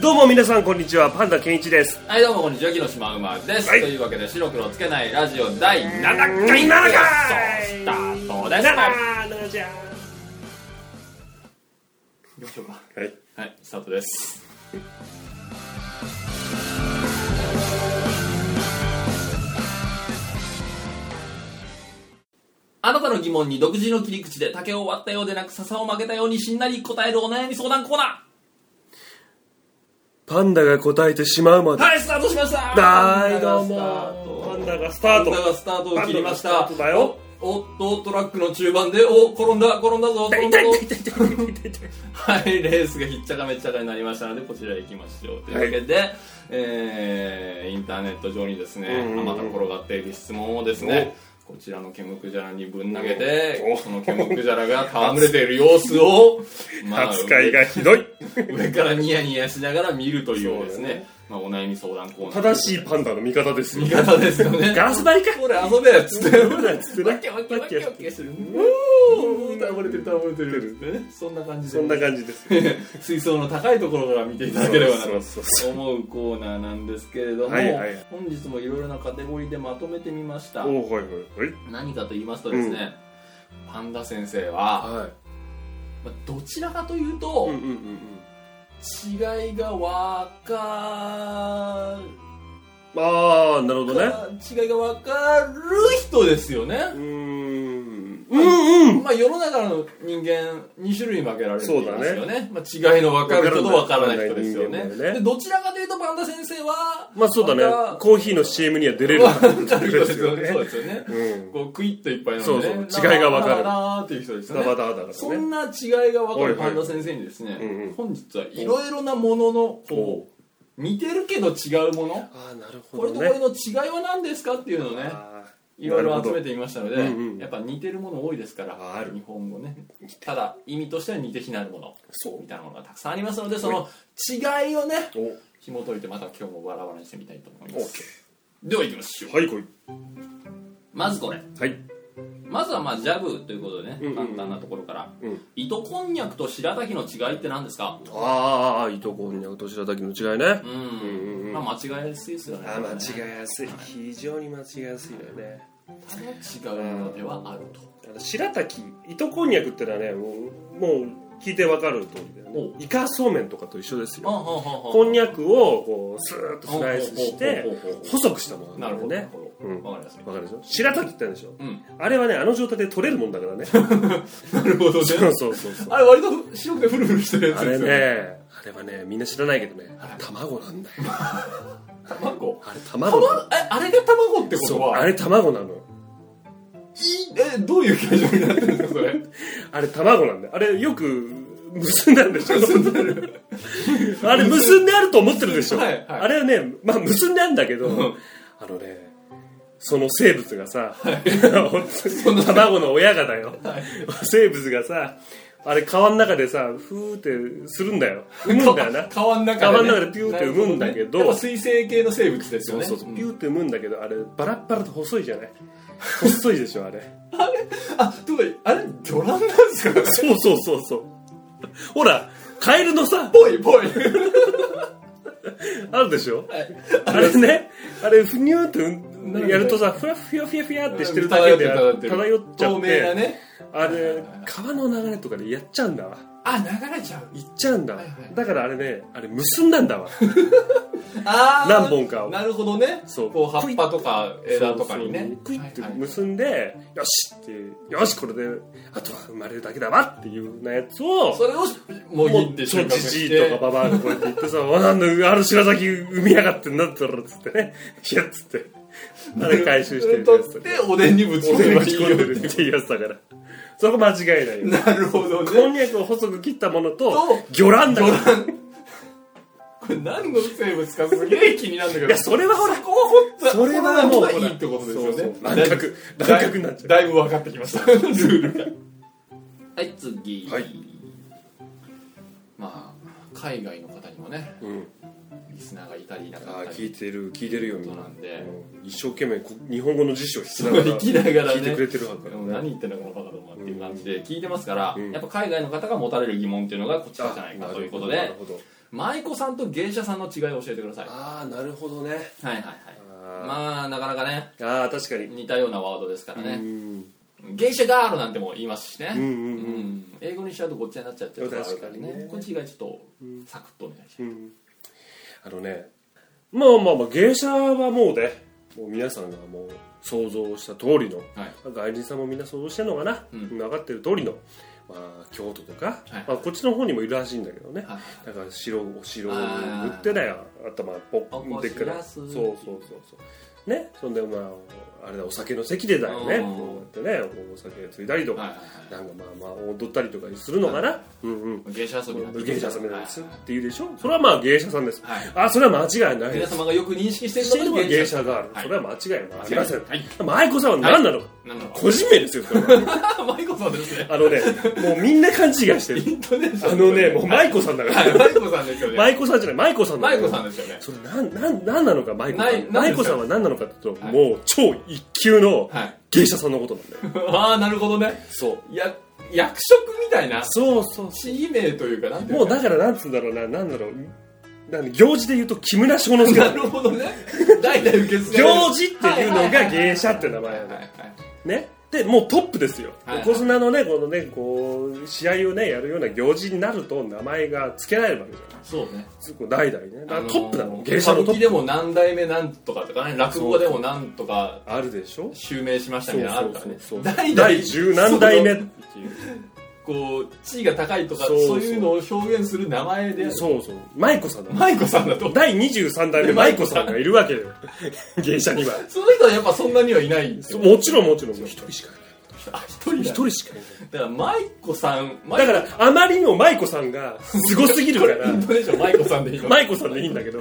どうも皆さんこんにちはパンダケンイチですはいどうもこんにちは木の島馬です、はいというわけで白黒つけないラジオ第7七回回7回スタートです7じゃよいしょはいはいスタートですあなたの疑問に独自の切り口で竹を割ったようでなく笹を曲げたようにしんなり答えるお悩み相談コーナパンダが答えてしまうまーではいスタートしましたはいどうもパンダがスタートパンダがスタートを切りましパンダがスターたトだよおおっとトラックの中盤でお転んだ転んだぞ痛転いんだ痛ぞい痛い痛い痛い痛い痛いはいレースがひっちゃかめっちゃかになりましたのでこちらへ行きましょうというわけで、えーインターネット上にですねうんうんうんあまた転がっている質問をですねこちらのケムクジャラにぶん投げておそのケムクジャラが戯れている様子 をまあ扱いがひどい上からニヤニヤしながら見るというですそねうだねまあ、お悩み相談コーナー正しいパンダの味方ですよ 味方ですよねガラス張りかこれ遊べやつってそうだつってなわけわけわけわけするううーん倒れてる倒れてるってねそんな感じでそんな感じです水槽の高いところから見ていただければなそうとそう思うコーナーなんですけれども、はいはい本日もいろいろなカテゴリーでまとめてみましたおおはいはい何かと言いますとですね、パンダ先生は、はいまあどちらかというと、うんうんうん違いがわかああなるほどねか違いがわかる人ですよね、うーんうんうんまあ、世の中の人間2種類に分けられていますそよねまあ、違いの分かる人と分からない人ですよ分ねからない人間だよねでどちらかというとパンダ先生はまあそうだまねたコーヒーの CM には出れる分かる人ですよねそうですよねうんこうクイッといっぱい飲んで、ね、そうそう違いが分かるなーっていう人ですスよタバねダーだからねそんな違いが分かはいるはいパンダ先生にですね、うんうん本日はいろいろなもののこう似てるけど違うものああなるこほれどとねこれの違いは何ですかっていうのをねあーいろいろ集めてみましたので、なるほどうんうんやっぱ似てるもの多いですからある日本語ねただ意味としては似て非なるものそうみたいなものがたくさんありますのでその違いをねお紐解いてまた今日もバラバラにしてみたいと思いオまッすでは行きましょう、ケーはいこいまずこれはいまずはまあジャブということでね、うんうん簡単なところから、うん糸こんにゃくと白滝の違いって何ですかああ糸こんにゃくと白滝の違いねうんうんうんまあ間違いやすいですよねあー間違いやすい非常に間違いやすいのよねただ違うものではあるとあの白滝糸こんにゃくってのはねもうもう聞いてわかる通りだよねイカそうめんとかと一緒ですよここんにゃくをこうスーッとスライスして細くしたものなるんほどだなよねるほど、うんわかりやすいわかるでしょ白滝って言ったでしょうんあれはねあの状態で取れるもんだからねなるほどそねうそうそうそうあれ割と白くてフルフルしてるやつあでれすよねねあれはねみんな知らないけどね卵なんだよ卵あれ卵卵なのえあれが卵ってことそうあはれ卵なのよいえどういう形状になってるんですかそれあれ卵なんだよあれよく結んだん でしょあれ結んであると思ってるでしょ、はいはいあれはね、まあ、結んであるんだけど、んあのねその生物がさ、卵の親がだよ、生物がさあれ川の中でさふーってするんだよ産むんだよな川の中で、ね、川の中でピューって産むんだけどなるほねやっぱ水生系の生物ですそようねそうそううんピューって産むんだけどあれバラッバラと細いじゃない細いでしょあ れあということであれ魚卵なんですかそうそうそうそうほらカエルのさぽいぽいあるでしょあれね、あれ、ふにゅーってなるうほんどやるとさ、ふわふやふやふやってしてるだけで漂ってる漂っちゃっ透明なて、ねあれ、川の流れとかでやっちゃうんだわ。あ流れちゃういっちゃうんだわはいはい。だからあれね、あれ結んだんだわ。あ ー何本かをなるほどねそうこう葉っぱとか枝とかそうにそねうクイッてはいはい結んで、よしっていう、よし、これで、あとは生まれるだけだわっていうようなやつを、それをもぎって収ちょ穫じじしいてとかババアがこうやって言ってさ、わなんだ、あの白崎産みやがってんなったら、つってね、いやっつって、あれ回収してる取やつとっかておでんにぶち込めばいいよんでるっていうやつだからそこ間違いないよなるほこどねんにゃくを細く切ったものとと魚卵だからこれ何の生物かすげえ気になるんだけどいやそれはほらそこを掘ったそれはもう掘らないいってことですよそうねそう乱獲乱獲になっちゃうだいぶ分かってきましたルールがはい次はいまあ海外の方にもねうんリスナーがいたりいなかああった聞りいてる聞いてるよみこんとななんでうん一生懸命こ日本語の辞書を引きながら聞きながら聞いてねくれてるはずだでかもら何言ってんのこのバカどもはっていう感じで聞いてますから、うんやっぱ海外の方が持たれる疑問っていうのがこっちあらじゃないかということなるでほど舞妓さんと芸者さんの違いを教えてくださいはああなるほどねいはいはいあまあなかなかねーあー確かに似たようなワードですからうね、ん芸者ガールなんても言いますしね、うんうんうんうん英語にしちゃうとごっちゃになっちゃうっていうところがあるから確かにねねこっち以外ちょっとサクッとお願いしまあのねまあまあまあ芸者はもうねもう皆さんがもう想像した通りのす、はい外人さんもみんな想像してるのかな、うん分かってる通りの、まあ、京都とか、はいまあ、こっちの方にもいるらしいんだけどね、はいだから白お城をあー塗ってだよ頭ポおこッしでっからすそうそうそうそうねそんでまああれだお酒の席でだよねうんこうやってねお酒ついだりとか、はいはいはなんかまあまあ踊ったりとかするのかな、うんうんい芸者遊びなんて芸者さんみたいですはいっていうでしょそれはまあ芸者さんです、はいはいあそれは間違いないで皆す様がよく認識してしてるるののがは芸芸 者者がある、はいそれは間違いありません、はい舞子さんは何なのか、なんだろう個人名ですよそれはマイコさんですね。あ のね、もうみんな勘違いしてる。イントネーション。あのね、もう舞子さんだから。はい、マイコさんですよね。舞子さんじゃない、舞子さんだマかイらコさんですよね。それ、なん、なん、なんなのか、舞子さないん。なんですか舞子さんは何なのかっていうと、はいもう超一級のはい。芸者さんのことなんだよ。ああ、なるほどね。そう。や、役職みたいな、そうそうそ地位名というか、なんう。ていもううか。だから、なんつうんだろうな、なんだろう。なん行事で言うと、木村庄之助な だよ。るほどね。代々受け継がれる行事っていうのが芸者って名前はいなのはいは。い。ね。で、もうトップですよ。はい横綱のね、このね、こう、試合をね、やるような行事になると、名前が付けられるわけじゃない。そうね。すごい代々ね。だからあのートップなの。芸者のト歌ッ舞伎プ。でも何代目なんとかとかね、落語でもなんとか、あるでしょ襲名しましたみたいなのあるからね。代々第十何代目っていうこう、地位が高いとか、そそううそういうのを表現する名前で、そうそう舞子さんだマイコさんだと。第23代目舞子さんがいるわけよ芸者にはその人はやっぱそんなにはいないんですよ。もちろんもちろん一人しかいあ、一人ない一だ。人しかいだから、マイコさん、マなイいだからあまりにも舞子さんがすごすぎるかインらトネーション、マイコさんでいいの舞子さんでいいんだけど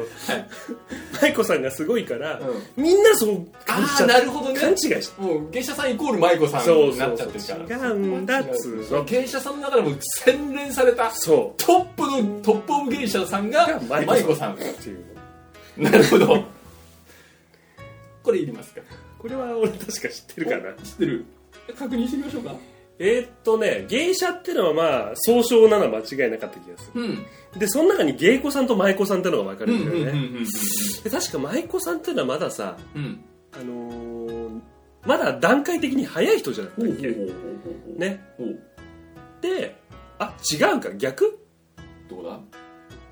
舞子さんがすごいからみんなそうあ感じちあ、ゃうなるほど勘違ねい。してもう、芸者さんイコールマイコさんそうになそっうちゃそっうてるから。違うんだっつうの芸者さんの中でも洗練された、そトップの、トップオブ芸者さんがが、マイコさんマイコさん。うっていうなるほど。これいりますかこれは俺確か知ってるかな知ってる確認してみましょうか。えーっとね芸者ってのはまあ総称なのは間違いなかった気がするうん。でその中に芸妓さんと舞妓さんってのが分かうんれるんうんうだんようね、んで確か舞妓さんってのはまださうん。うん。あのーまだ段階的に早い人じゃなかったっけねおうであ違うか逆どうだ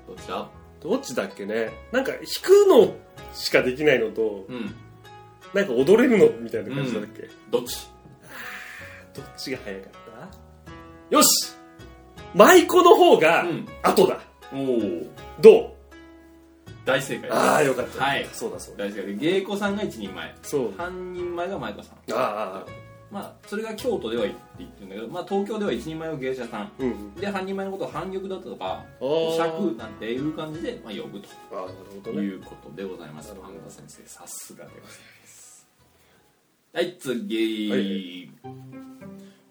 どっちだどっちだっけねなんか弾くのしかできないのとうん。なんか踊れるのみたいな感じだっけ、どっちどっちが早かったよし舞妓の方がうん後だ、おお。どう大正解です。ああよかった、はいそうだそうだ大正解で芸妓さんが一人前そう半人前が舞妓さんああああまあそれが京都では言って言ってるんだけど、まあ、東京では一人前を芸者さんうんうんで半人前のことを半玉だとかあー尺なんていう感じで、まあ、呼ぶとああなるほどねいうことでございますなるほど半田先生さすがでございますはい次、は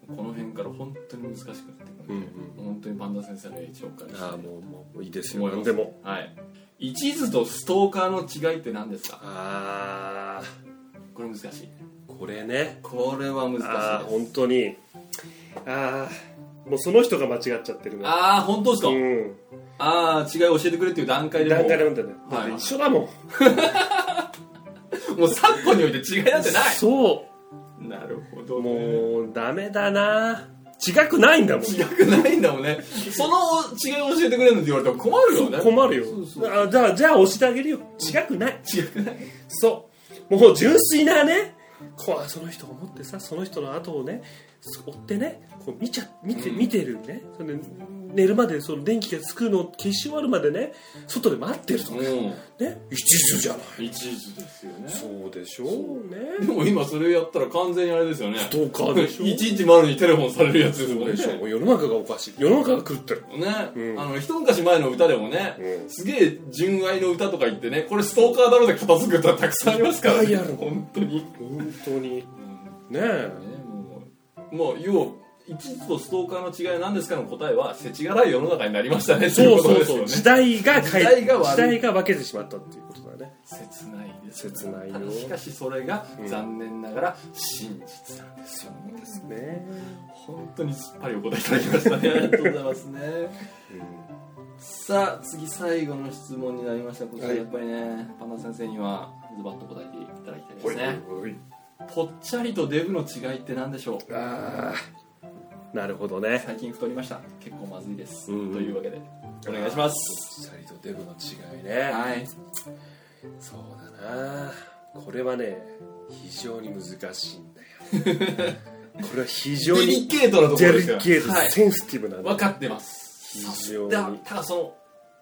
この辺から本当に難しくなってくる、うん本当にパンダ先生の影響を受けああもうもういいです思よいま何すでもはい一途とストーカーの違いって何ですかああこれ難しいこれねこれは難しいですああ本当にああもうその人が間違っちゃってるなああ本当ですか、うんああ違い教えてくれっていう段階でもう段階で見たねはいだって一緒だもんもう昨今において違いなんてないそなるほうどねもうダメだな違くないんだもん違くないんだもんねその違いを教えてくれるのって言われても困るよね困るよそうそうあじゃあじゃあ押してあげるよ違くない違くないそうもう純粋なねこうその人を思ってさその人の後をね追ってねこう見ちゃ見てうん見てるね、それで寝るまでその電気がつくのを消し終わるまでね外で待ってるとかうね一途じゃないん一途ですよねそうでしょうねでも今それやったら完全にあれですよねストーカーでしょ110にテレフォンされるやつですそもうんねでしょう世の中がおかしい世の中が狂ってるね、うんあの一昔前の歌でもね、うんすげえ純愛の歌とか言ってねこれストーカーだろで片付く歌たくさんありますから、ね、いっぱいある本当に、本当にねうんえねもうまあ要は一途とストーカーの違いは何ですかの答えは世知辛い世の中になりましたねそうとそういことそう、です時よね代が変え時代が悪い時代が分けてしまったっていうことだね切ないです切ないよただしかしそれが残念ながら真実なんですよね、ね本当にすっぱりお答えいただきましたねありがとうございますねさあ次最後の質問になりましたこちらはいやっぱりねパンダ先生にはズバッと答えていただきたいですほいねほいぽっちゃりとデブの違いって何でしょうああなるほどね最近太りました結構まずいです、うんというわけでお願いしますシャリとデブの違いねはいそうだなこれはね非常に難しいんだよこれは非常デ にリケートなとこデろでリすよケート、はいセンシティブなんだ分かってます非常にだただその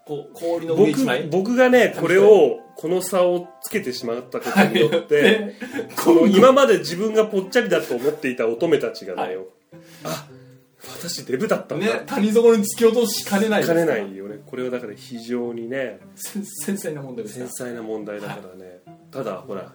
こう氷の上一枚僕僕がねこれをこの差をつけてしまったことによってこの今まで自分がぽっちゃりだと思っていた乙女たちがだよ、あ私デブだったんだ、ね谷底に突き落としかねないですかねないよねこれはだから非常にねせ繊細な問題ですか繊細な問題だからね、ただほら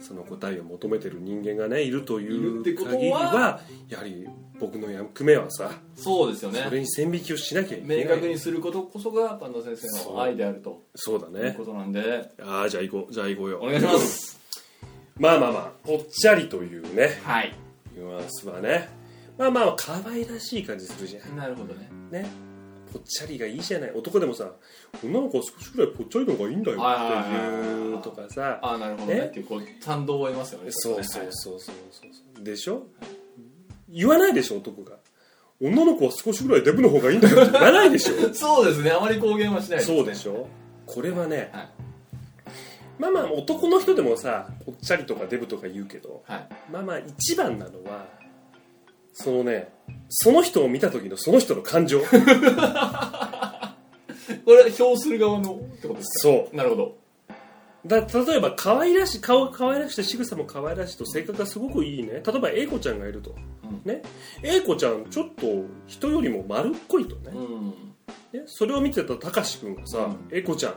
その答えを求めてる人間がねいるといういるってことは限りはやはり僕の役目はさそうですよねそれに線引きをしなきゃいけない明確にすることこそがパンダ先生の愛であるとそうだいねうことなんでああじゃあ行こうじゃあ行こうよお願いしますまあまあまあぽっちゃりというねはいニュアンスはねまあまあ可愛らしい感じするじゃなるほどねんねぽっちゃりがいいじゃない男でもさ女の子は少しぐらいぽっちゃりの方がいいんだよっていうとかさああなるほどねねっていうこう賛同を得ますよねそうそうはいそうそうそうそうでしょ言わないでしょ男が女の子は少しぐらいデブの方がいいんだよって言わないでし ょそうですねあまり公言はしないそうでしょょこれはねはいまあまあ男の人でもさぽっちゃりとかデブとか言うけどはいまあまあ一番なのはそのねその人を見た時のその人の感 情これは票する側のってことですそうかなるほどだ例えば可愛らしい顔可愛らしくて仕草も可愛らしいと性格がすごくいいね例えば A 子ちゃんがいると、うんね A 子ちゃんちょっと人よりも丸っこいとね,、うんねそれを見てたたかし君がさ、うん A 子ちゃん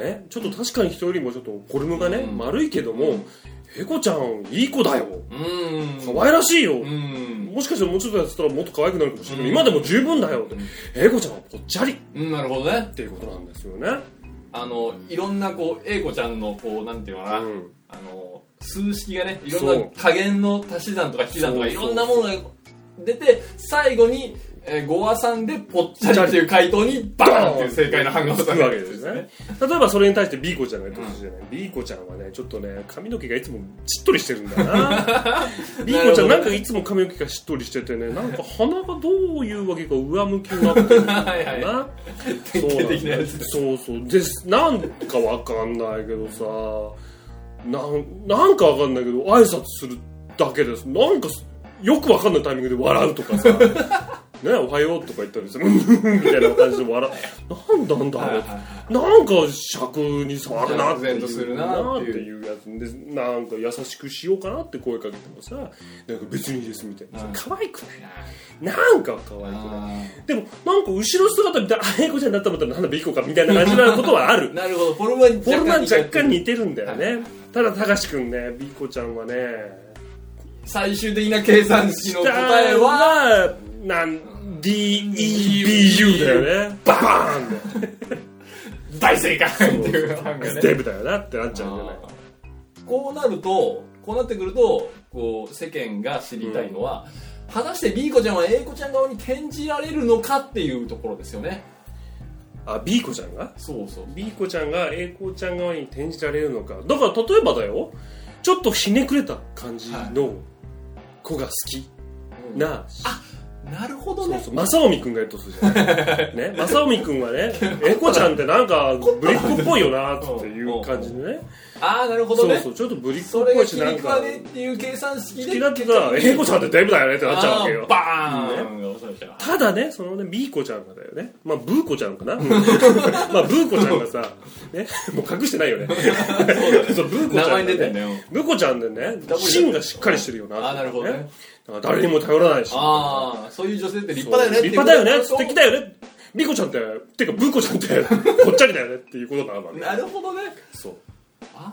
ね、ちょっと確かに人よりもちょっとフォルムがね、うん丸いけども、A 子ちゃんいい子だようん可愛らしいよ、うんもしかしたらもうちょっとやってたらもっと可愛くなるかもしれない、うん今でも十分だよって、うん A 子ちゃんはぽっちゃりっうんなるほどねていうことなんですよね、あのいろんなこう英子ちゃんのこうなんていうのかな、うんあの数式がねいろそんなう加減の足し算とか引き算とかそういそうろんなものが出て最後に、えー、5和3でぽっちゃりっていう回答にバーンっていう正解の反応つがくわけですね例えばそれに対して B 子ちゃんが言ったとするじゃない、B 子ちゃんはねちょっとね髪の毛がいつもしっとりしてるんだ な B 子ちゃんなんかいつも髪の毛がしっとりしててねなんか鼻がどういうわけか上向きになってるんだはいはいな典型的なやつですそうそうですなんかわかんないけどさなんなんかわかんないけど挨拶するだけですなんかよくわかんないタイミングで笑うとかさ ねおはようとか言ったりする みたいな感じで笑うなんなんだはいあはいれはいなんか尺に触るなってい釈然とするうななっってていいうやつでなんか優しくしようかなって声かけてもさなんか別にいいですみたいな、うん可愛くないなんか可愛くないあでもなんか後ろ姿見たらあ英子ちゃんだったもんだったらなんだべいこかみたいな感じになることはあーるなるほどフォルマにフォルマ似て 若る干似てるんだよはいねただたかしくんねびいこちゃんはね最終的な計算式の答え下ははなん DEBU だよねバーンだよ大正解っていう反応 がねデブだよなってなっちゃうんじゃないこうなるとこうなってくるとこう世間が知りたいのは、果たして B 子ちゃんは A 子ちゃん側に転じられるのかっていうところですよねあビーコちゃんがそうそう B 子ちゃんが A 子ちゃん側に転じられるのかだから例えばだよちょっとひねくれた感じの子が好きなな、なるほどそうねそう正臣君がいるとするじゃないね正臣君は ね A 子ちゃんってなんかぶりっ子っぽいよなっていう感じでねああなるほどそうねそうちょっとぶりっ子そっれぽがいし切なんりか替えっていう計算式好できだってたら A 子ちゃんってデブだよねってなっちゃうわけあよーバーン、ただね、そのね、ビーコちゃんがだよね。まあ、ブーコちゃんかな。うん まあ、ブーコちゃんがさ、ね、もう隠してないよね。そう、ブーコちゃん名が、前出てんだよブーコちゃんでねダブルだ、芯がしっかりしてるよなあーなるほどね。だから誰にも頼らないし。ああそういう女性って立そう派だよね立派だっていうよね。素敵だよね。ビーコちゃんって、てか、ブーコちゃんって、ぽっちゃりだよねっていうことなのかななるほどねそう。あ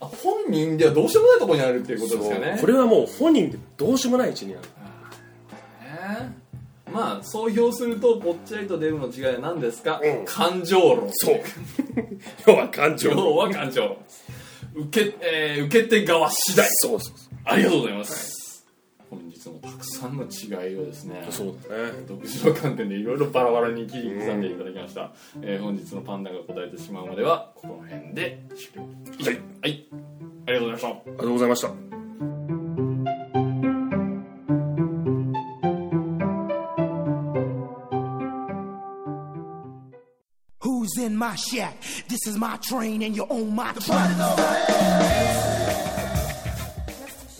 本人ではどうしようもないところにあるっていうことですよそねうこれはもう本人でどうしようもない位置にある。まあ総評するとぽっちゃりとデブの違いは何ですか、うん感情論そう要は感情要は感情受け,、えー受け手側次第そうそうそありがとうございます、本日もたくさんの違いをですねうそうだね独自の観点でいろいろバラバラに切り刻んでいただきました、えー本日のパンダが答えてしまうまではここの辺で終了以上はいはい、ありがとうございましたありがとうございました Who's in my shack? This is my train and you're on my track.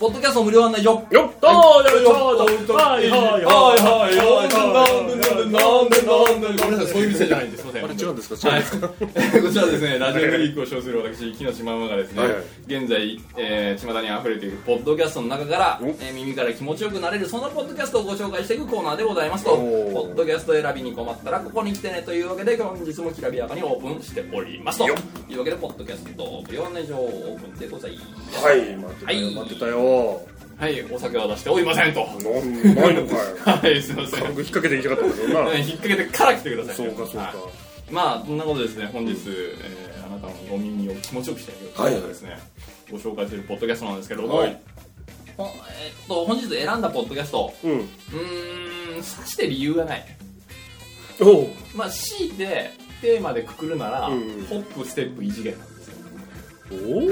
ポッドキャスト無料案内所よっとはいはいはいはいなんでなんでなんでなんでごめんなさいそういう店じゃないんですすいませんあれ違うんですか違うはい、んですかこちらですね、ラジオクリックを称する私、木下まんまがですね、はいはい現在、えー、巷に溢れているポッドキャストの中から、おえー耳から気持ちよくなれる、そのポッドキャストをご紹介していくコーナーでございますと、ポおーッドキャスト選びに困ったら、ここに来てねというわけで、本日もきらびやかにオープンしておりますとよいうわけで、ポッドキャスト、無料案内所オープンでございます。はい待ってたよ待ってたよはい、お酒は出しておりませんと。なんないのかよはい、すいません。僕引っ掛けていきたかったんだけどなうん引っ掛けてから来てください。そうかそうはいかまあこんなことですね本日、えーあなたのお耳を気持ちよくしてあげようということですね、ご紹介するポッドキャストなんですけれども、はいほんえっと本日選んだポッドキャストうんうーんさして理由がないおうまあ強いてテーマでくくるなら、うんホップステップ異次元なんですよお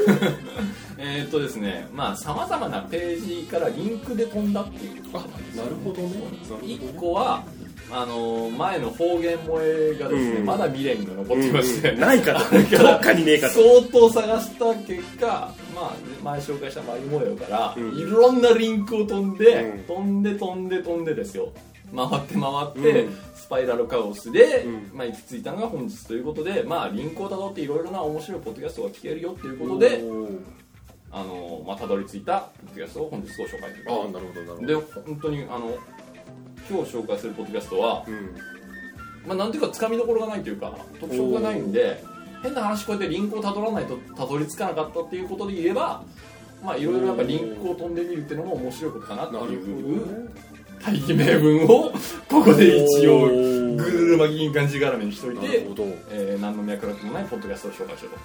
えーっとですねまあさまざまなページからリンクで飛んだっていうことなんですよほどね1個はあのー前の方言萌えがですね、うんまだ未練が残ってまして、ないかとあれ からどっかにねえかと相当探した結果、まあ、前紹介したマリモヨから、うんいろんなリンクを飛んで、うん飛んで飛んで飛んでですよ回って回って、うんスパイラルカオスで、うんまあ、行き着いたのが本日ということで、まあ、リンクをたどっていろいろな面白いポッドキャストが聞けるよっていうことで、おうあのまあ、たどり着いたポッドキャストを本日ご紹介するああなるほどなでるほど本当にあの今日紹介するポッドキャストは、うんまあ、なんていうかつかみどころがないというか特色がないんで変な話こうやってリンクをたどらないとたどり着かなかったっていうことで言えばまあいろいろやっぱリンクを飛んでみるっていうのも面白いことかなってなるほどいうね大義名分をここで一応おぐーるる巻き銀感じ絡めにしといなるてほ、どえー、何の脈絡もないポッドキャストを紹介しようと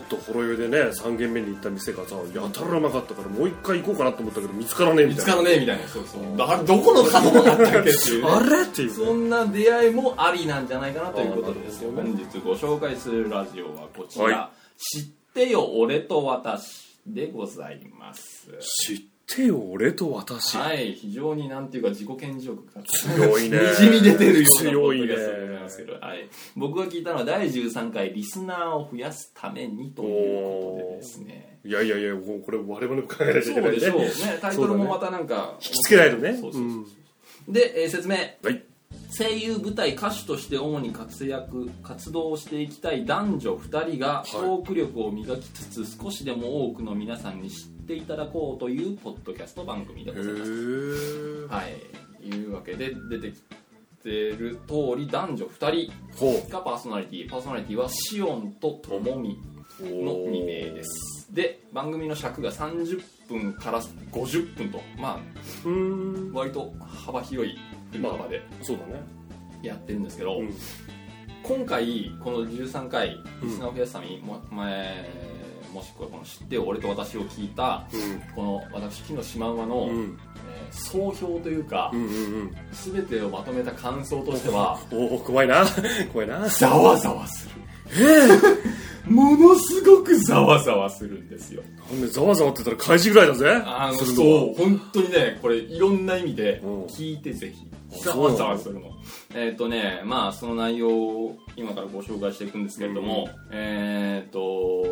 ちょっとほろ酔いでね3軒目に行った店がさやたらうまかったからもう一回行こうかなと思ったけど見つからねえみ見たいつかならねえみたいなそうそうだからどこの角だったっけっていう、ね、あれっていうそねんな出会いもありなんじゃないかなということですよあな本るほ日ご紹介するラジオはこちら「は知ってよ俺と私」でございます知ってよ俺と私はい非常になんていうか自己顕示欲が強いねにじみ出てるような強いねポッドキャストでございますけど、はい、僕が聞いたのは第13回リスナーを増やすためにということでですねいやいやいやもうこれ我々も考えなきゃいそけなういでしょうねねタイトルもまたなんか引きつけないとねそうそううそうんで、えー説明はい声優舞台歌手として主に活躍活動をしていきたい男女2人がいトーク力を磨きつつ少しでも多くの皆さんに知っていただこうというポッドキャスト番組でへございますえはいいうわけで出てきてる通り男女2人ほがパーソナリティパーソナリティはシオンとともみうのおー2名ですで番組の尺が30分から50分とまあうーん割と幅広い今までそうだねやってるんですけど、うん今回この13回うんリスナーを増やすために、も前もしくはこの「知ってよ俺と私」を聞いたこの私木のシマウマの、うんうんえー総評というか、うんうんうん全てをまとめた感想としてはおお怖いな 怖いなざわざわするものすごくざわざわするんですよなんでざわざわってたら開始ぐらいだぜあのするのはそう本当にねこれいろんな意味でうん聞いてぜひあざそうなわのざわするのえっ、とねまあその内容を今からご紹介していくんですけれども、えっ、とオ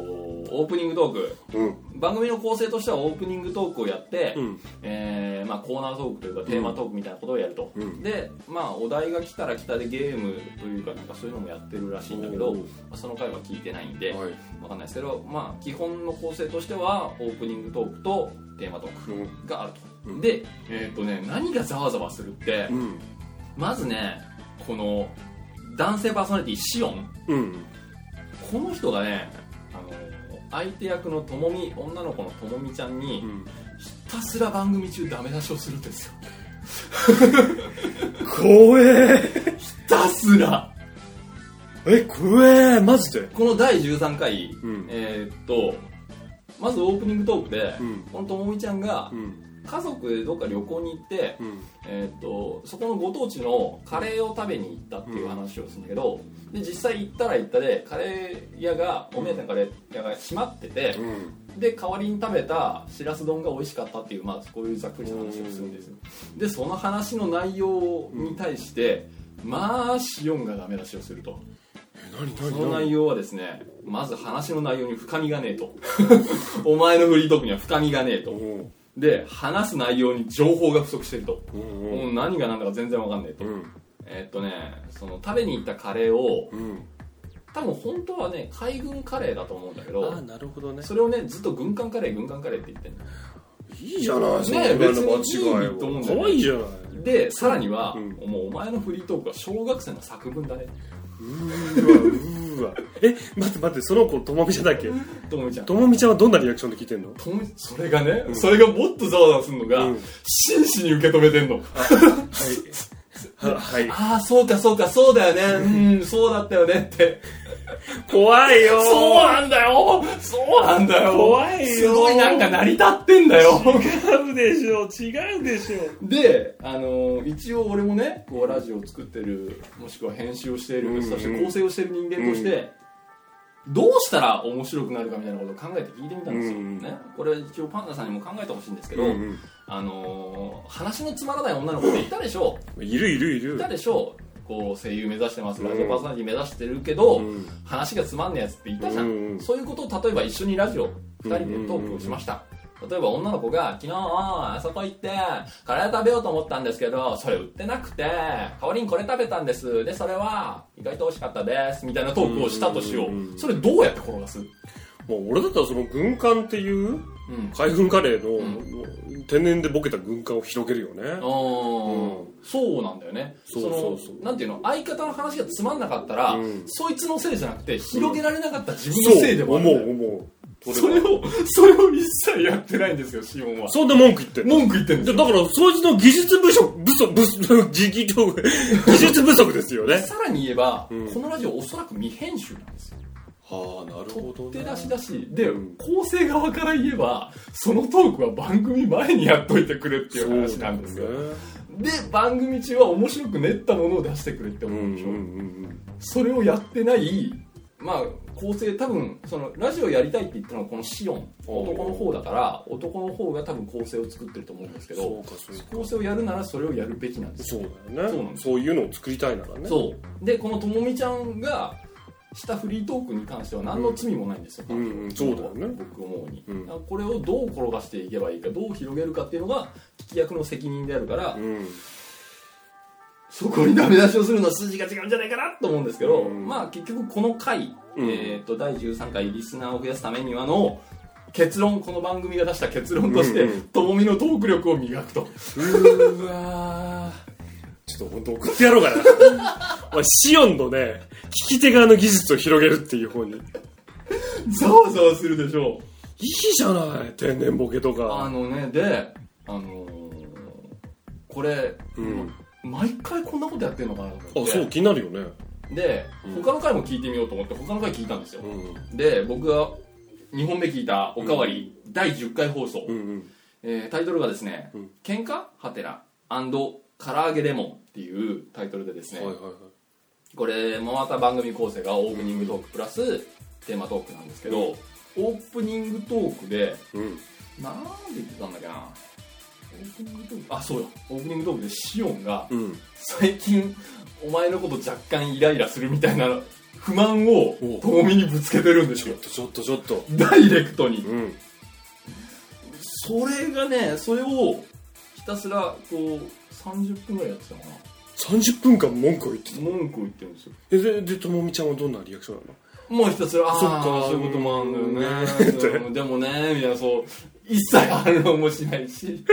ープニングトークうん番組の構成としてはオープニングトークをやって、うんえーまあ、コーナートークというかテーマトークみたいなことをやると、うんで、まあ、お題が来たら来たでゲームというかなんかそういうのもやってるらしいんだけど、おーまあその回は聞いてないんで、はいわかんないですけど、まあ、基本の構成としてはオープニングトークとテーマトーうんクがあると、うんで、えーとね、何がざわざわするって、うんまずねこの男性パーソナリティシオンうんこの人がねあの相手役のともみ女の子のともみちゃんに、うんひたすら番組中ダメ出しをするんですよ怖えひたすらえ怖えマジでこの第13回、んえーっとまずオープニングトークで、うんこのともみちゃんがうん家族でどっか旅行に行って、うんえーっとそこのご当地のカレーを食べに行ったっていう話をするんだけど、で実際行ったら行ったでカレー屋がお目当てのカレー屋が閉まってて、うんで代わりに食べたしらす丼が美味しかったっていう、まあ、こういうざっくりした話をするんですよでその話の内容に対して、まあシオンがダメ出しをするとえ何そ何の何内容はですねまず話の内容に深みがねえと お前のフリートークには深みがねえおとうで話す内容に情報が不足してると、おうもう何が何だか全然わかんねえと、おううんえっとねその食べに行ったカレーをうん多分本当はね海軍カレーだと思うんだけああどなるほどねそれをねずっと軍艦カレー軍艦カレーって言ってんのいいじゃないねそのぐらいの間別にいい違いと思うんはだよね可愛いじゃないでさらには、うんもうお前のフリートークは小学生の作文だねうーわうーわえ待って待ってその子ともみちゃんだっけともみちゃんとともみちゃんはどんなリアクションで聞いてんのもみそれがね、それがもっとざわざわするのが、うん真摯に受け止めてんのはいははいああそうかそうかそうだよねうんそうだったよねって怖いよーそうなんだよそうなんだよ怖いよすごいなんか成り立ってんだよ違うでしょ違うでしょで、あのー一応俺もねこうラジオを作ってるもしくは編集をしている、うんそして構成をしている人間として、どうしたら面白くなるかみたいなことを考えて聞いてみたんですよ、うんね、これ一応パンダさんにも考えてほしいんですけうど、んあのー話のつまらない女の子っていたでしょうんいるいるいういるたでしょうこう声優目指してますうんラジオパーソナリティ目指してるけど、うん話がつまんねえやつっていたじゃん、うんうんそういうことを例えば一緒にラジオ2人でトークをしました、例えば女の子が「昨日あそこ行ってカレー食べようと思ったんですけどそれ売ってなくて代わりにこれ食べたんですでそれは意外と美味しかったです」みたいなトークをしたとしよう,、うんうんうんそれどうやって転がす、うん、もう俺だったらその軍艦っていう海軍カレーの、天然でボケた軍艦を広げるよねうんそうなんだよねそうそうそうのなんていうの相方の話がつまんなかったら、うんそいつのせいじゃなくて広げられなかった自分のそせいでうもあるん思だうよ思うそれをそれを一切やってないんですよシオンはそんな文句言ってんの文句言ってるんでだからそいつの技術不足不足不足技技技術不足ですよねすよさらに言えば、うんこのラジオおそらく未編集なんですよはあなる取って出しだしで、うん構成側から言えばそのトークは番組前にやっといてくれっていう話なんですよで番組中は面白く練ったものを出してくれってうんう思うんんでしうょ、んそれをやってないまあ構成多分そのラジオやりたいって言ったのはこのシオンおー男の方だから男の方が多分構成を作ってると思うんですけそどうかそうか構成をやるならそれをやるべきなんですそようだよそうなねんですそういうのを作りたいならねそうでこのともみちゃんがしたフリートークに関しては何の罪もないんですよ、うんうんうんそうだよね僕思うに、うんだからこれをどう転がしていけばいいかどう広げるかっていうのが聞き役の責任であるから、うんそこにダメ出しをするのは筋が違うんじゃないかなと思うんですけど、うんまあ結局この回、うんえー、と第13回リスナーを増やすためにはの結論この番組が出した結論として、うんうんともみのトーク力を磨 くとうーわーちょっと本当送ってやろうかな。お前、シオンのね、聞き手側の技術を広げるっていう方に。いいざわざわするでしょうじゃない、天然ボケとあか。のねであのーこれ、うんま毎回こんなことやってんのかなとあ思、ってそう、気になるよね。で、うん他の回も聞いてみようと思って他の回聞いたんですよ、うで僕が2本目聞いた「おかわり」第10回放送、ん。うんえータイトルがですね「うん喧嘩ハテナ唐揚げレモン」っていうタイトルでですうね、ん。はいはいはい。これもまた番組構成がオープニングトークプラステーマトークなんですけど、オープニングトークでうん。なんで言ってたんだっけなオープニングトークあそうやオープニングトークでシオンがうん。最近お前のこと若干イライラするみたいな不満をおう遠見にぶつけてるんですよちょっとちょっと。ダイレクトにうん。それがねそれをひたすらこう30分ぐらいやってたのかな30分間文句を言ってた。文句を言ってるんですよえで、で、ともみちゃんはどんなリアクションなのもうひたすらあーそっかそういうこともあるんだよねうんでもでもねみたいなそう一切反論もしないしいい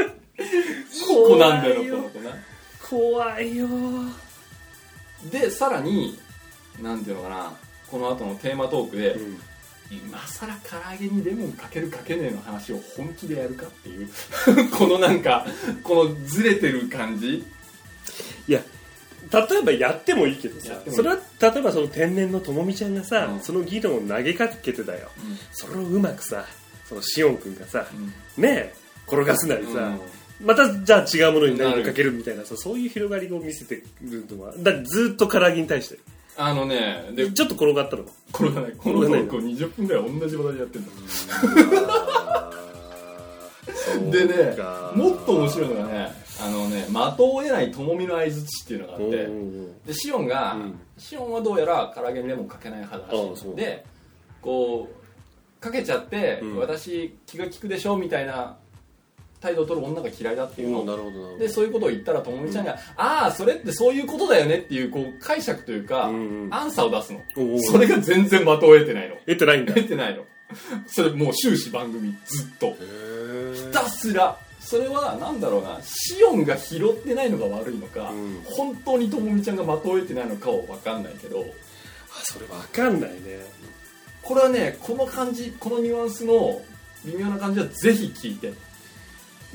子なんだよなこの子な怖いよでさらになんていうのかなこの後のテーマトークで、うん。今更唐揚げにレモンかけるかけねえの話を本気でやるかっていう このなんかこのずれてる感じいや例えばやってもいいけどさやってもいいそれは例えばその天然のともみちゃんがさ、うんその議論を投げかけてだよ、うんそれをうまくさそのシオン君がさ、うんねえ転がすなりさ、うんまたじゃあ違うものにな何るかけるみたいなさそういう広がりを見せてるのはだからずっと唐揚げに対してあのねでちょっと転がったの転がないこのトークを20分ぐらい同じ話題でやってんだでねもっと面白いのがねあのね的を得ないともみの相づちっていうのがあって、でシオンが、うんシオンはどうやら唐揚げにレモンかけない派ああだらしそいうでこうかけちゃって、うん私気が利くでしょみたいな態度を取る女が嫌いだっていうのなるほどなるほでそういうことを言ったらともみちゃんが、ああそれってそういうことだよねっていうこう解釈というか、うんうんアンサーを出すのおうおうそれが全然的を得てないの得てないんだ得てないのそれもう終始番組ずっとひたすらそれはなんだろうなシオンが拾ってないのが悪いのか、うん本当にともみちゃんが的を得てないのかは分かんないけどあそれわかんないねこれはねこの感じこのニュアンスの微妙な感じはぜひ聞いて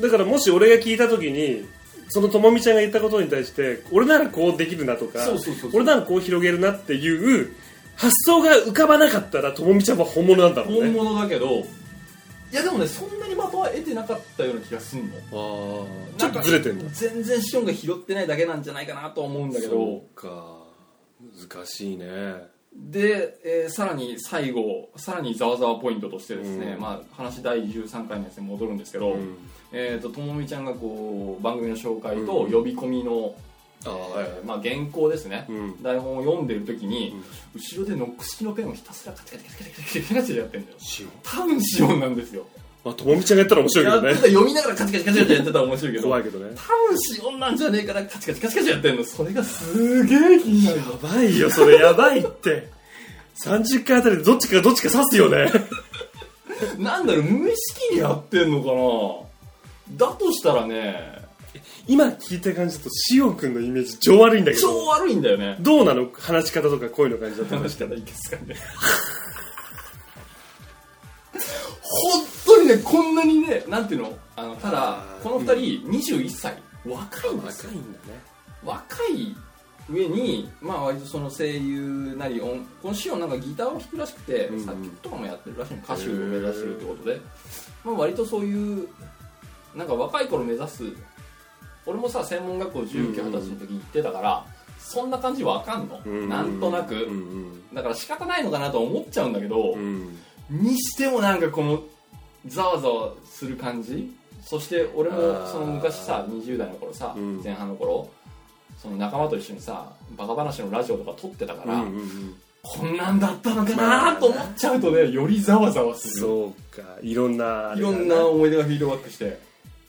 だからもし俺が聞いた時にそのともみちゃんが言ったことに対して俺ならこうできるなとかそうそうそうそう俺ならこう広げるなっていう発想が浮かばなかったらともみちゃんは本物なんだろう本ね物だけどいやでもねそんなに的は得てなかったような気がすんのあーちょっとずれてんだなんか全然シオンが拾ってないだけなんじゃないかなと思うんだけどうか難しいねで、えーさらに最後さらにざわざわポイントとしてですね、うんまあ、話第13回のやつに戻るんですけど、うんえー、とともみちゃんがこう番組の紹介と呼び込みの、ああはいはいまあ、原稿ですね、うん台本を読んでる時に、後ろでノック式のペンをひたすらカチカチカチカチカチカチカチやってんだよしよ多分シオンなんですようまあともみちゃんがやったら面白いけやっどてたね読みながらカチカチカチカチやってたら面白いけど怖いけどね多分シオンなんじゃねえかなカチカチカチカチやってんのそれがすげえ気になるやばいよそれやばいって30回あたりでどっちかがどっちか刺すよねなんだろう無意識にやってんのかなだとしたらね今聞いた感じだとしおくんのイメージ超悪いんだけ超ど悪いんだよねどうなの話し方とか声の感じだった話からいいですかね本当にねこんなにねなんていうのあのただあーこの2人21歳若いんですよいんだね若い上にまあ割とその声優なり音このシオンなんかギターを弾くらしくて、うん作曲とかもやってるらしいの歌手を目指してるってことで、まあ、割とそういうなんか若い頃目指す俺もさ専門学校1920歳の時に行ってたから、そんな感じわかんの、なんとなく、うんだから仕方ないのかなとは思っちゃうんだけどうん、うんにしてもなんかこのざわざわする感じそして俺もあーその昔さ20代の頃さ、うん前半の頃その仲間と一緒にさバカ話のラジオとか撮ってたかうら、んうんうんこんなんだったのかまあなと思っちゃうとねよりざわざわするそうかいろんなあいれがろねんな思い出がフィードバックして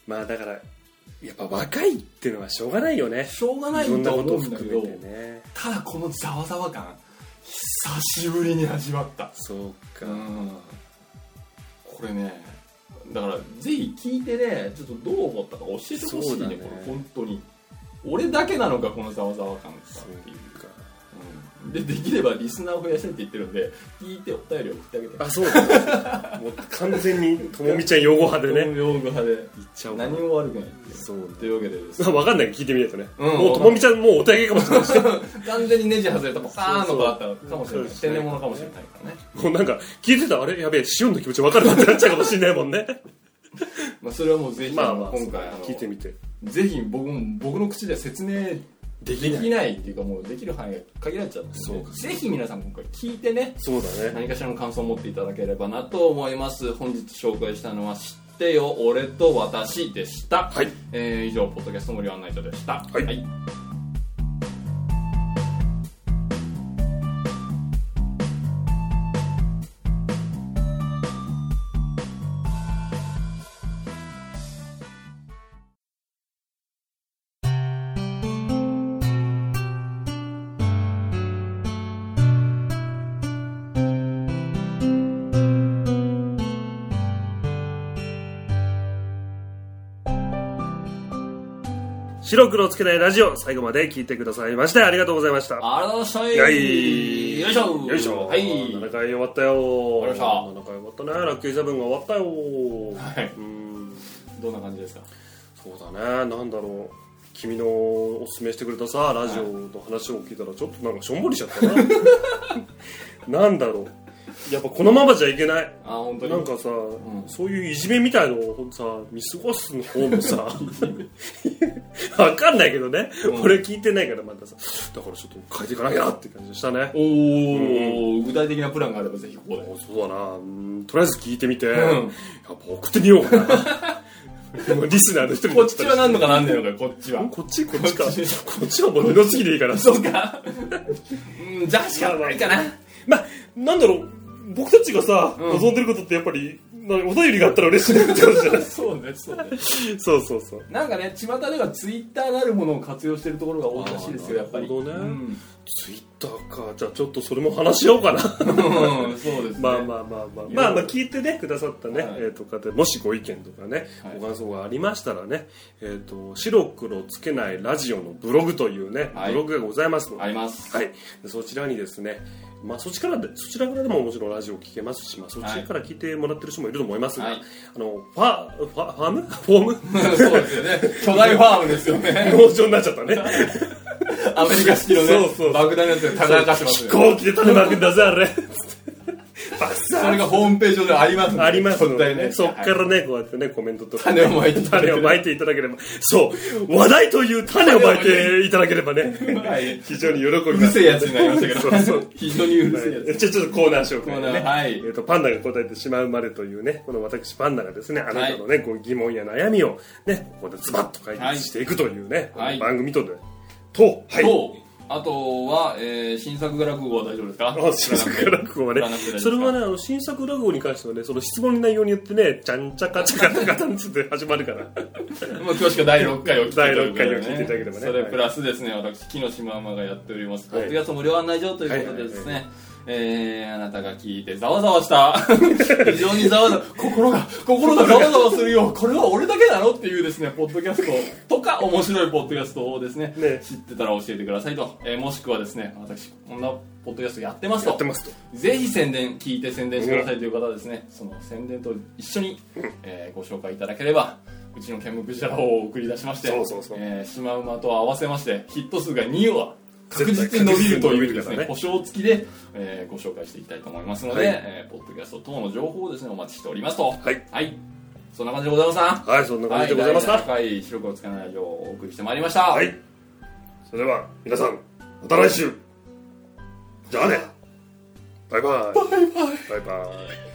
まあだからやっぱ若いっていうのはしょうがないよねしょうがないいろんとなはこと思をうんだけ含どめてねただこのざわざわ感久しぶりに味わったそうか、うんこれねだからぜひ聞いてねちょっとどう思ったか教えてほしそいうねだねこれ本当に俺だけなのかこのざわざわ感がそっていううかうんでできればリスナーを増やしたいって言ってるんで聞いてお便り送ってあげてあそうだ、もう完全にともみちゃん擁護派でね用具派でいっちゃおうか何も悪くないっていうそうというわけでですだわかんない聞いてみないとね、うんもうともみちゃんもうお手上げかもしれないし 完全にネジ外れたパーンの子だったかもしれないそうそう天然物かもしれないからね、もうなんか聞いてたらあれやべえシオンの気持ち分かるなってなっちゃうかもしれないもんねまあ、それはもうぜひ、まあまあ今回あの聞いてみてぜひ僕も僕の口では説明できでないきないっていうかもうできる範囲が限られちゃうのでそうかぜひ皆さん今回聞いてねそうだね何かしらの感想を持っていただければなと思います本日紹介したのは「知ってよ俺と私」でした、はいえー以上ポッドキャスト森ワンナイトでしたはい白黒つけないラジオ最後まで聞いてくださいましてありがとうございましたありがとうございました。はいよいしょ。よいしょはい。 7回終わったよわかりました7回終わったねラッキーセブンが終わったよはいうんどんな感じですかそうだねなんだろう君のおすすめしてくれたさラジオの話を聞いたらちょっとなんかしょんぼりしちゃったなな んだろうやっぱこのままじゃいけないあ、本当に。なんかさ、んそういういじめみたいのをさ見過ごす方も さわかんないけどね、ん俺聞いてないからまたさだからちょっと変えていかなきゃって感じしたねおー、具体的なプランがあればぜひここで。そうだなうんとりあえず聞いてみて、んやっぱ送ってみようかなでもリスナーの人にこっちはなんのかなんねのか、こっちは。こっちこっちかここっっちちはもう二の次でいい からそうか。うん、じゃあしかないかな。まあなんだろう僕たちがさ、望んでることってやっぱりなお便りがあったら嬉しいなってことじゃないそうね、そうね。 そうそうそうなんかね、巷ではツイッターなるものを活用してるところが多いらしいですよ、あーやっぱり。なるほどねうんツイッターかじゃあちょっとそれも話し合おうかな うん、そうですね。まあまあまあまあまあまあ聞いてねくださったね、はいえーとかでもしご意見とかね、はいご感想がありましたらねえっ、と白黒つけないラジオのブログというね、はいブログがございますのであります。はい、でそちらにですね、まあ、そちからでそちらからでももちろんラジオ聞けますし、まあ、そっちから聞いてもらってる人もいると思いますが、はいあのファファファームフ ォーム そうですよね。巨大ファームですよね。農場になっちゃ ったねアメリカ式のね、そうそうそう爆弾のやつで高かしてます飛 よね。行機で種まくんだぜあれバッサーそれがホームページ上でありますんでありますの巨大で、なやね、つそっからね、こうやってね、コメントとか、種をまいていただけ種ればをまいていただければ、そう、話題という種をまいていただければね、はい非常に喜びがうるせえやつになりましたけど、そうそう非常にうるせえやつ。ちょちょっとコーナー紹介コーナね、ーはいえーとパンダが答えてしまうまでというねこの私パンダがですねあなたのね、ご疑問や悩みをねここでズバッと解決していくというね、はいこの番組とで、とはいと、あとは、えー新作グラフ語は大丈夫ですかあ新作落語はね知らなくて大丈夫で、すそれはね、あの新作落語に関してはね、その質問の内容によってね、ちゃんちゃかちゃかちゃかちゃんつって始まるから、 もう今日しか第6回を聞いて第六回を聞いていただければねそれプラスですね、私、木の島マがやっております、ポはいッドキャスト無料案内所ということでですね、はえーあなたが聞いてざわざ わした、非常にざわざわ、心が、心がざわざわするよ、これは俺だけなのっていうですね、ポッドキャストとか、面白いポッドキャストをですね、ね知ってたら教えてくださいと、えーもしくはですね、私、こんなポッドキャストやってますやっとて、ますと。ぜひ宣伝聞いて宣伝してくださいという方はですね、その宣伝と一緒に、えーご紹介いただければうちのケンムクジラを送り出しましてそうそうそうえーシマウマと合わせましてヒット数が2は確実に伸びるというです絶対確実に伸びるかねらね保証付きで、えーご紹介していきたいと思いますので、はいえーポッドキャスト等の情報をですねお待ちしておりますとはいそんな感じでございますなはい、そんな感じでございますはかい。第7回白黒つかないラジオをお送りしてまいりましたはい。それでは、皆さん、また来週じゃあねバイバイバイバイ